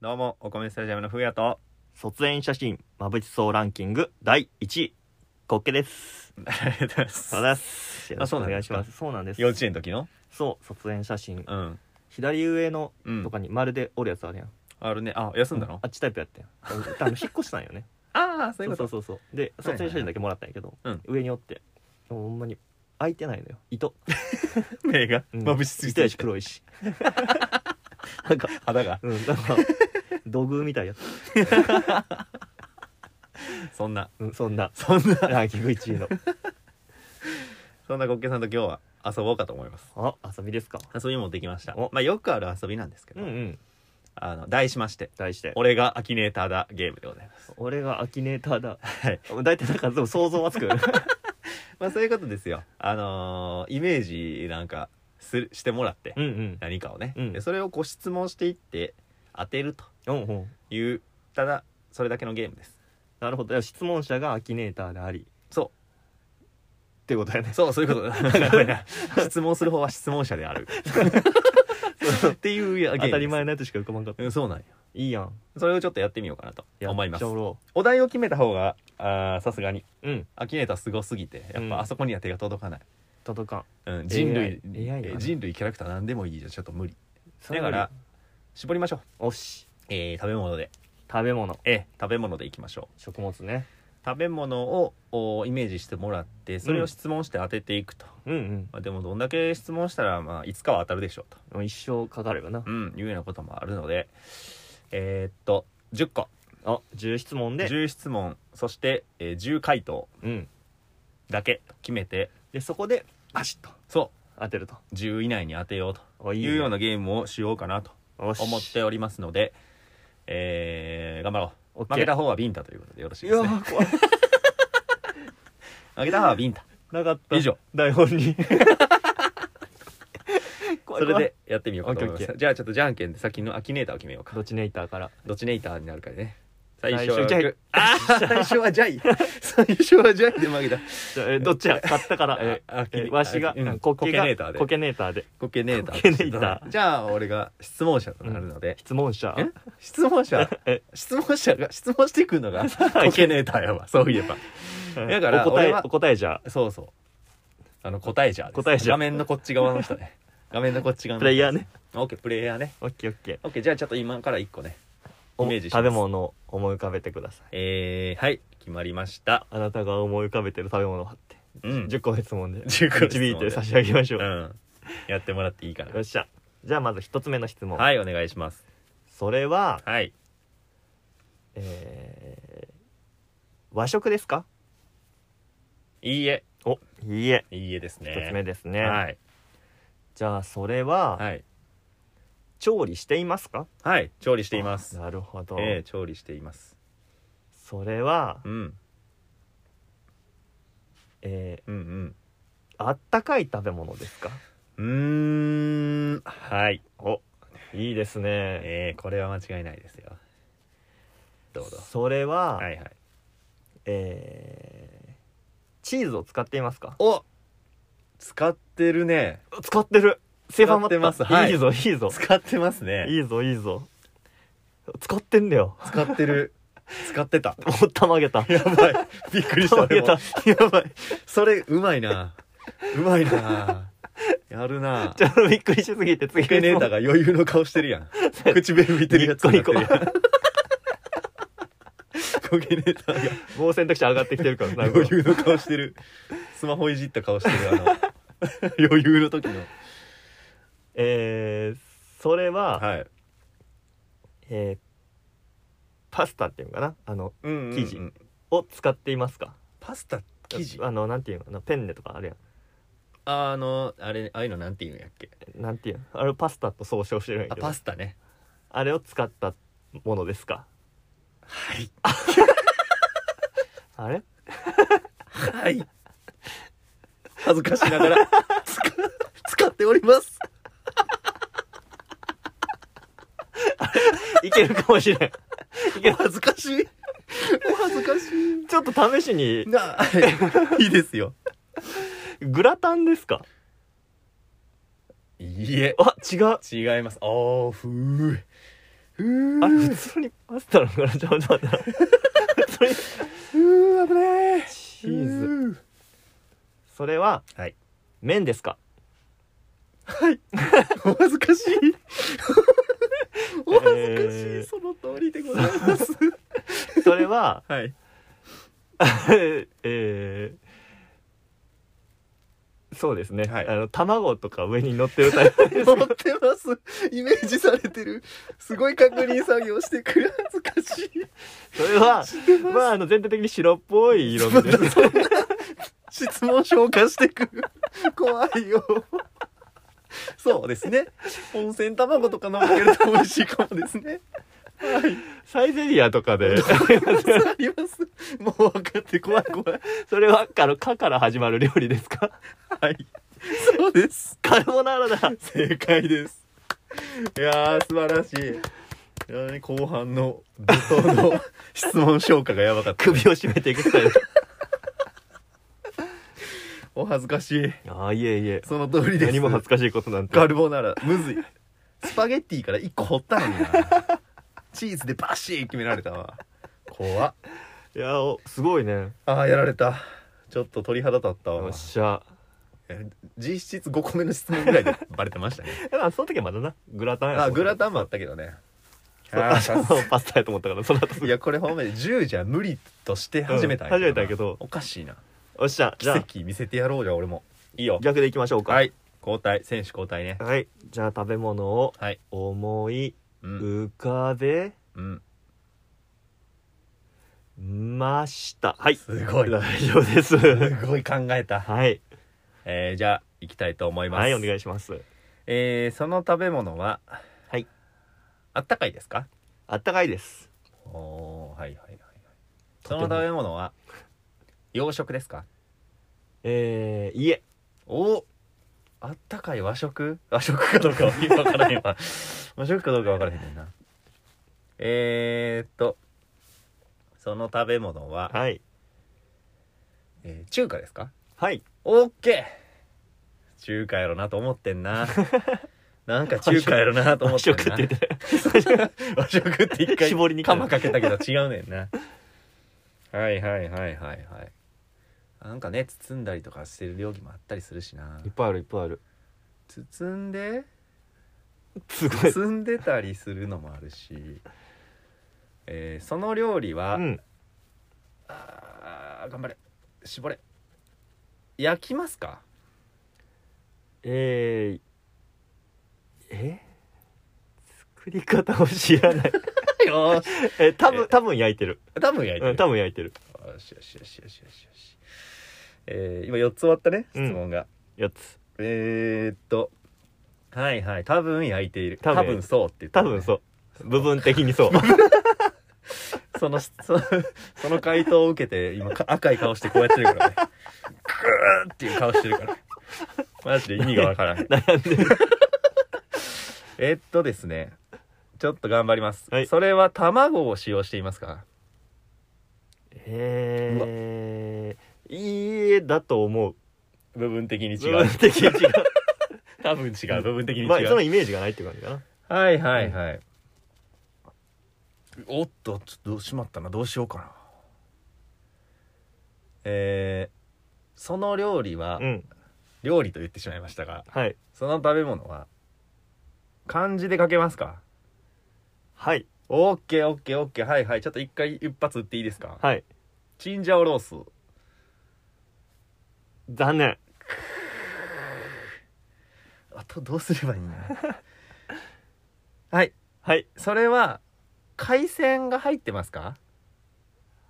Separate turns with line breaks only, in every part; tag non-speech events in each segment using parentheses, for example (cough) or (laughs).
米スタジアムのふうやと、
卒園写真まぶしそうランキング第1位コッケです
ありがとうございます
ありがとうござい
そうなんで
ますよろしくお願い
す
し
か
ますそうなんです
(laughs) 幼稚園の時の
そう卒園写真
うん。
左上の
うん
と。かに丸で折るやつあるやん、
あるね。あ、休んだの
あっちタイプやってん多分引っ越したんよね
あ (laughs) あ、そうい
そう
こ
うそう
と。
そうそうで
はいはい
卒園写真だけもらったんやけど、
うん
上におってほんまに開いてないのよ糸
目が
うん
眩しすぎ
糸
て
やし黒いしなんか
肌が。
うんな
(laughs)
んか土偶みたいやった、
そんな、
うん、そんな
そんな、
ランキング1位の
そんなコッケさんと今日は遊ぼうかと思います。
あ遊びですか
遊び持ってきました。
お
まあよくある遊びなんですけ
う
ど
んう、ん
あの、題しまして、
題して
俺がアキネーターだゲームでございます。
俺がアキネーターだ
はい。
大体なんかでも想像はつく
まあそういうことですよ。あのー、イメージなんか、する、してもらって
うん、うん
何かをね。
うん
でそれをご質問していって、当てると
うんうん
いう、ただ、それだけのゲームです。
なるほど質問者がアキネーターであり
そう。
ってことやね
そう、そういうことだ。質問する方は質問者である。 (laughs) っていうゲーム
当
です
たり前のやつしか浮かばんかった
うんそうなんよ。
いいやん
それをちょっとやってみようかなと
や
思います
っちゃ。おろ
お題を決めた方が、あーさすがに。
ううん
アキネーターすごすぎて、やっ
うん
ぱあそこには手が届かない。
届かん
うん、人類、
AI かな
えー人類キャラクター何でもいいじゃん、ちょっと無理。
それ
だ
よ
か
り
ら、絞りましょう。
おし
えー食べ物で。
食べ物
えー食べ物でいきましょう。
食物ね
食べ物をおイメージしてもらって、それを質問して当てていくと。
うん
まあ、でも、どんだけ質問したら、まあ、いつかは当たるでしょうと。
うん一生かかるよな
うん、いうようなこともあるので、えーっと、10個、
あ10質問で
10質問、そして、えー10回答
うん
だけと決めて、
でそこでパシッと
そ
当てると
う、10以内に当てようと
おい
いうよう
な
なゲームをしようかなと
思っ
思っておりますので、えー、頑張ろう。
オッケー
負けた方はビンタということでよろしい
い
で
や
すね。
ー怖い
負けた方はビンタ。
なかった
以上
台本
(laughs)
に怖
そ
い怖い
れでやってみようかと思いま
オッケーオッ
す。じゃあちょっとじゃんけんで先のアキネーターを決めようか。
どっちネイターから
どっちネイターになるかでね。最初は
最初ジャイ
グーあー (laughs) 最初はジャイ。最初はジャイで負けた。
じゃあえどっ (laughs) ちや買ったからえ
ああき
えわしが
うん
コケ
コケネータ
が
ーで
コケネーターで
コケネーター
コケネーター
じゃあ俺が質問者となるので、
質問者
え質問者
え
質問者が質問してくるの (laughs) がコケネーターやわそういえばだから
お答
俺
(laughs) え
は
お答えじゃ
そうそうあの答えじゃです
答えじゃ
画面のこっち側の人 (laughs) ね画面のこっち側の
プレイヤーね
オッケープレイヤーね
オッケーオッケ
オッケーじゃあちょっと今から一個ね
ー
イメージします
食べ物を思い浮かべてください
えー、はい決まりました
あなたが思い浮かべてる食べ物はって
うん
10個の質問で
10個の質問で
導いて差し上げましょう
う
よ
んやってもらっていいかな
っしゃじゃあまず1つ目の質問
はいお願いします
それは
はい
えー和食ですか
いいえ
おいいえ
いいえですね
1つ目です
は
ね
い
じゃあそれは
はい
調理していますか
はい調理しています
なるほど
ええ調理しています
それは
うん
えー
うんうん
あったかい食べ物ですか
うーんはいお
いいですね
えー、これは間違いないですよどうぞ
それは、
はいはい
えーチーズを使っていますか
お使ってるね
使ってる正反待った
使ってますはい
いいぞいいぞ
使ってますね
いいぞいいぞ使ってんだよ
使って (laughs) る使ってた
もったまげた
やばいびっくりした
たまげ
俺も
た
やばいそれうまいなうまいなやるな
(laughs) ちょっとびっくりしす
(laughs)
ぎて次
コケネーターが余裕の顔してるや (laughs) ん唇見てるやつになってるやんコケネーターが
もう選択肢上がってきてるからなんか
(laughs) 余裕の顔してるスマホいじった顔してる (laughs) あの余裕の時の
えー、それは、
はい
えーパスタっていうのかなあの
うん
生地を使っていますか
パスタ生地
あのなんていうのあのペンネとかあるや
あのあれああいうのなんていうんやっけ
んなんていうのあれをパスタと総称してるんや
あ
けど
パ
あ
スタね
れを使ったものですか
はい
(laughs) あれ
はい恥ずかしながら使 (laughs) 使っております
いけるかもしれん
お恥ずかしいお恥ずかしい
ちょっと試しに
なあいいですよ
グラタンですか
いいえ
あ違う
違いますあーふうふうー
あれ普通にパスタなのかなちょっと待って待って普通に
うー危ねえ
チーズ
ズ
それは
はい
麺ですか
お恥ずかしいお恥ずかしい、
えー
その通りでございます
それは (laughs)
はい
えーそうですね、
はい
あの卵とか上に乗ってるタイプです
持ってますイメージされてるすごい確認作業してくる恥ずかしい
それはまああの全体的に白っぽい色味です
(laughs) 質問消化してくる怖いよそうですね温泉卵とか飲けると美味しいかもですね
サイゼリアとかで
ありますもう分かって怖い怖い
それはあの「か」から始まる料理ですか
はいそうです
カルボナーラだ
正解ですいやー素晴らしいいやーね後半の怒涛の質問消化がやばかった
首を絞めていくスタイル
お恥ずかしい
ああいえいえ
その通りです
何も恥ずかしいことなんて
カルボナーラむずいスパゲッティから一個掘ったのになチーズでバシー決められたわ怖っ
いやおすごいね
あーやられたちょっと鳥肌立った
よ
わ
っしゃ
え実質5個目の質問ぐら
(laughs)
いでバレてましたね
でもその時はまだなグラタンやと
(laughs) あ
思った
グラタンもあったけどね
そう
あー
あそうパスタやと思ったからその後す
い
ぐ
やこれほんまに10じゃ無理として始めたんや
うん始めたけど
おかしいな
おっしゃ
奇
じゃあ
跡見せてやろうじゃあ俺もいいよ
逆でいきましょうか
はい交代選手交代ね
はいじゃあ食べ物を
はい
思い
うん
浮かべ
うん
ましたはい
すごい
大丈夫です
すごい考えた
はい
(laughs) えーじゃあ行きたいと思います
はいお願
い
いします
えーその食べ物は
はい
あったかいですか
あったかいです
おーはいはいはいはいそ
とて
の
も
食べ物は洋食ですか
えー、いえ
おあったかい和食和食かどうかは今分からへん (laughs) わ和食かどうか分からへんねんなえー、っとその食べ物は、
はい
えー中華ですか
はい
オッケー中華やろなと思ってん
(laughs)
ななんか中華やろなと思
和
ってん
食
な
って言ってた
和食って一回
絞りに来た
釜かけたけど違うねんなはいはいはいはいはいなんかね包んだりとかしてる料理もあったりするしない
っぱいあるいっぱいある
包ん
(laughs)
です
ごい
包んでたりするのもあるし、えーその料理は、
うん
あー頑張れ絞れ焼きます
(laughs)
か
えー、え作り方を知ら (laughs) ない
よーし
え多分多分焼いてる
多分焼いてる、
うん多分焼いてる
よしよしよしよしよしよしえー今4つ終わったね質
うん
問が、
やつ
えー、っとはいはい多分焼いている
多
多
分
分そうって言った
多
ね、
分そう部分的 (laughs) にそう
そのそ (laughs) その回答を受けて今か赤い顔してこうやってるからねグーっていう顔してるからマジで意味がわからない
悩んでる
えーっとですねちょっと頑張ります、
はい
それは卵を使用していますか
えー、いいえだと思う
部分的に
部 (laughs) 分的に違う
多分違う部分的に違う、
まあそのイメージがないっていう感じかな
はいはいはい、おっとちょっとどうしまったなどうしようかなえー、その料理は、
うん
料理と言ってしまいましたが
はい
その食べ物は漢字で書けますか
はい
オッケーオッケーオッケーはいはいちょっと一回一発打っていいですか、
はい
チンジャオロース
残念
あとどうすればいいなはい
はい
(laughs) それは海鮮が入ってますか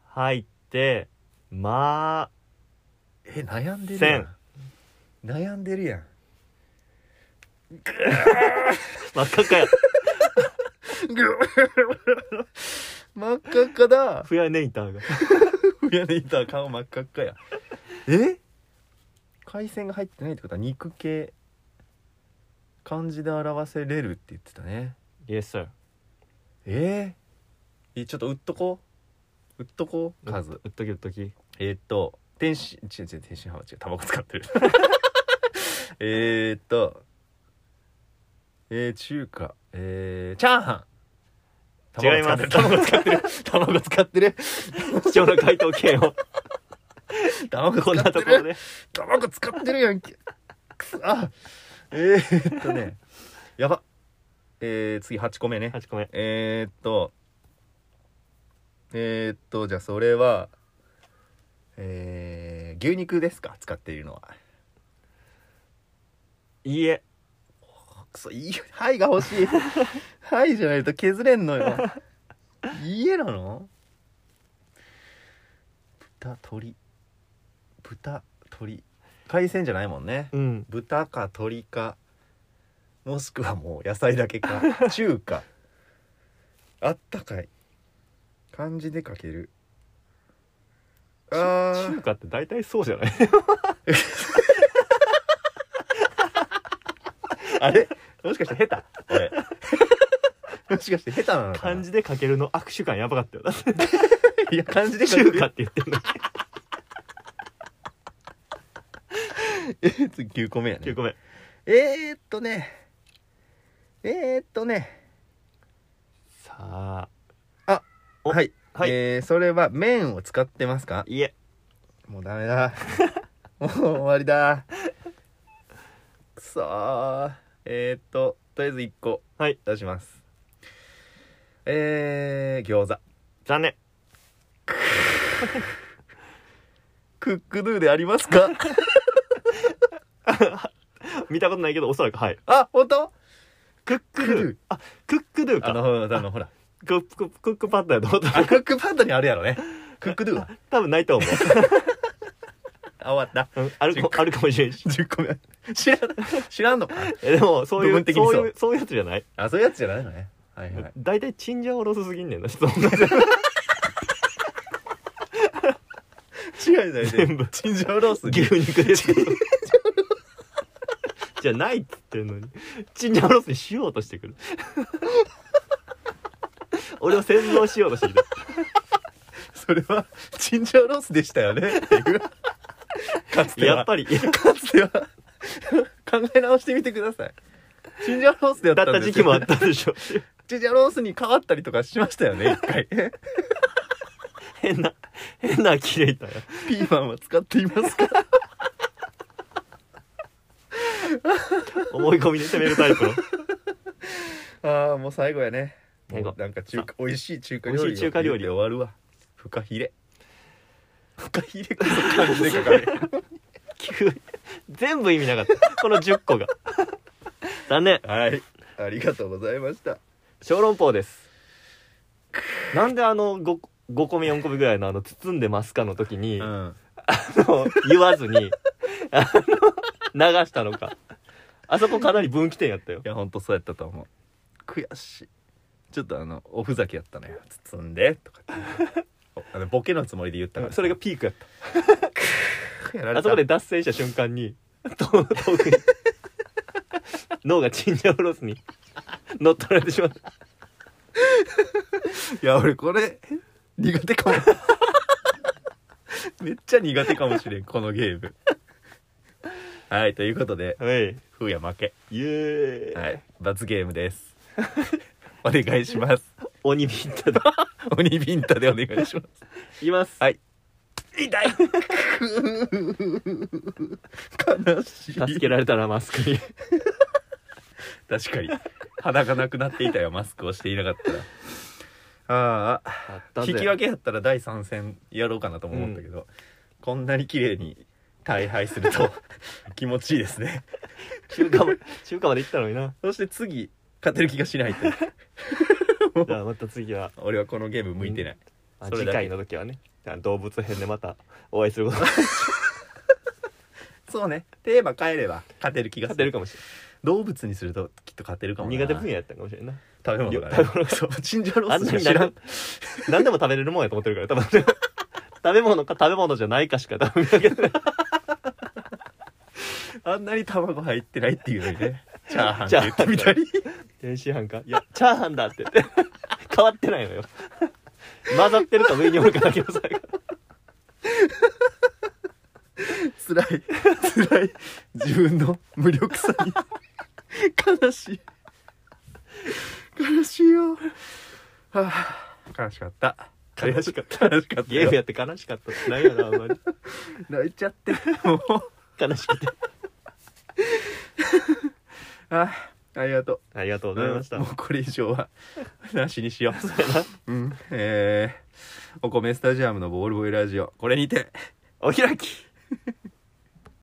入ってま
え悩んでる
せ
や
ん
ん悩んでるやん
あ真っ赤っかや
(laughs) 真っ赤っかだ
フヤネイターが
ふやねいた顔真っ赤っかや
え
海鮮が入ってないってことは肉系漢字で表せれるって言ってたね
Yes sir
えー、えちょっと売っとこう売っとこう数
うっときうっとき
えー、っと天津違う違う天津飯は違うタバコ使 (laughs) ってるえーっとえー、中華えー、チャーハン
違います
卵使ってる卵使ってる
貴重な回答権を
卵使
こんな
ってる
とこ (laughs) ろで
卵使ってるやんけくそあえー、っとねやばえー、次8個目ね
8個目
えー、っとえー、っとじゃあそれはえー、牛肉ですか使っているのはい
いえ
くそいいよはいが欲しいはいじゃないと削れんのよ家なの豚鳥豚鳥海鮮じゃないもんね
うん
豚か鶏かもしくはもう野菜だけか (laughs) 中華あったかい漢字で書けるあー
中華って大体そうじゃない
あれもしかして下手俺 (laughs) もしかして下手なのかな
漢字で書けるの握手感やばかったよだって
いや漢字で書け
中
る
華って言ってんのに
(laughs) えー次9個目やね
9個目
えー、っとねえー、っとね
さあお
はい、
はい、
えーそれは麺を使ってますか
いえ
もうダメだ (laughs) もう終わりだくそーえー、っととりあえず1個
はい
出しますえー、餃子
残念
クックドゥであります
(laughs)
か
見たことないけどおそらくはい
あ本当
クック
クック
ド
ド
ゥ
ゥ
あクックドゥ
あ
か
のあのほら
クッククックパッドやと思った
あクックパッドにあるやろねクックドゥは
多分ないと思う
あ終わっ
うん (laughs) あるかあるかもしれ
(laughs)
んした
10個目知らん知らんのか
えでもそうい
部
う
分的に
そ
そう
ういうそういうやつじゃない
あそういうやつじゃないのねはいはい
大体チンジャオロスすぎんねんな質問
(laughs)
が
違いない
全部
チンジャオロース
牛肉ですけどじゃないっつってんのにチンジャオロースにしようとしてくる俺を洗脳しようとしてきた
それはチンジャオロースでしたよ (laughs) ねっていう (laughs) かつては
やっぱりいや
かつては考え直してみてくださいチンジャオロースでやっ
だ
た
っ
んです
た
よ
時期もあったでしょ
(laughs) チンジャオロースに変わったりとかしましたよね一回
変な変な切れたよ
ピーマンは使っていますか
思い込みで攻めるタイプの
(laughs) ああもう最後やねも
最後
うなんか中華美味しい中華
美
料
味
理
しい中華料理
で終わるわフカヒレフカヒレこそ感じで書かれへん
急に全部意味なかったこの10個が残念
はい (laughs) ありがとうございました
小籠包ですなんであの 5, 5個目4個目ぐらいのあの包んでますかの時に、
うん
の言わずにあの流したのかあそこかなり分岐点やったよ
いやほんとそうやったと思う悔しいちょっとあのおふざけやったね包んでとか (laughs) っておあのボケのつもりで言ったから
それがピークやっ
やら
た
れ
あ
た
そこで脱線した瞬間にと遠くに脳がチンジャオロースに乗っ取られてしまった
いや俺これ苦手かも (laughs) めっちゃ苦手かもしれんこのゲームはいということで
はい
風や負け
イエーイ、
はい罰ゲームですお願いします
鬼ビンタだ
鬼ビンタでお願いします
いきます
はい痛い (laughs) 悲しい
助けられたらマスクに
確かに鼻がなくなっていたよマスクをしていなかったらああ引き分けやったら第3戦やろうかなとも思ったけど、こんなに綺麗に大敗すると (laughs) 気持ちいいですね
中華ま中華まで行ったのにな
そして次勝てる気がしないという
じゃあまた次は
俺はこのゲーム向いてない
あ
それ
次
だけ
回の時はねじゃあ動物編でまたお会いすることが
そうねテーマ変えれば勝てる気がす
勝
る
てるかもし
動物にするときっと勝てるかもな
苦手分野やったかもしれんない
食べ物がね
食べ物
そう (laughs) チンジャオロ
あ
ー
ん
ス
な
しか知
に
ら
何
ん
で何でも食べれるもんやと思ってる (laughs) から多分食べ物か食べ物じゃないかしか多分見分けてない
あんなに卵入ってないっていうのにね (laughs) チャーハンって言ってみたり
天津飯かいやチャーハンだって言 (laughs) って変わってないのよ混ざってるか上におるかだけの差が
辛い辛い自分の無力さに悲しい悲しいよはあ悲しかった
悲しかった
悲しかった
ゲー
よ
ムやって悲しかったってないやろあんまり
泣いちゃってもう
悲しくて
ああありがとう
(laughs) ありがとうございました、
うんもうこれ以上はなしにしよ
そうやな
う、うんえーお米スタジアムのボールボーイラジオこれにて
お開き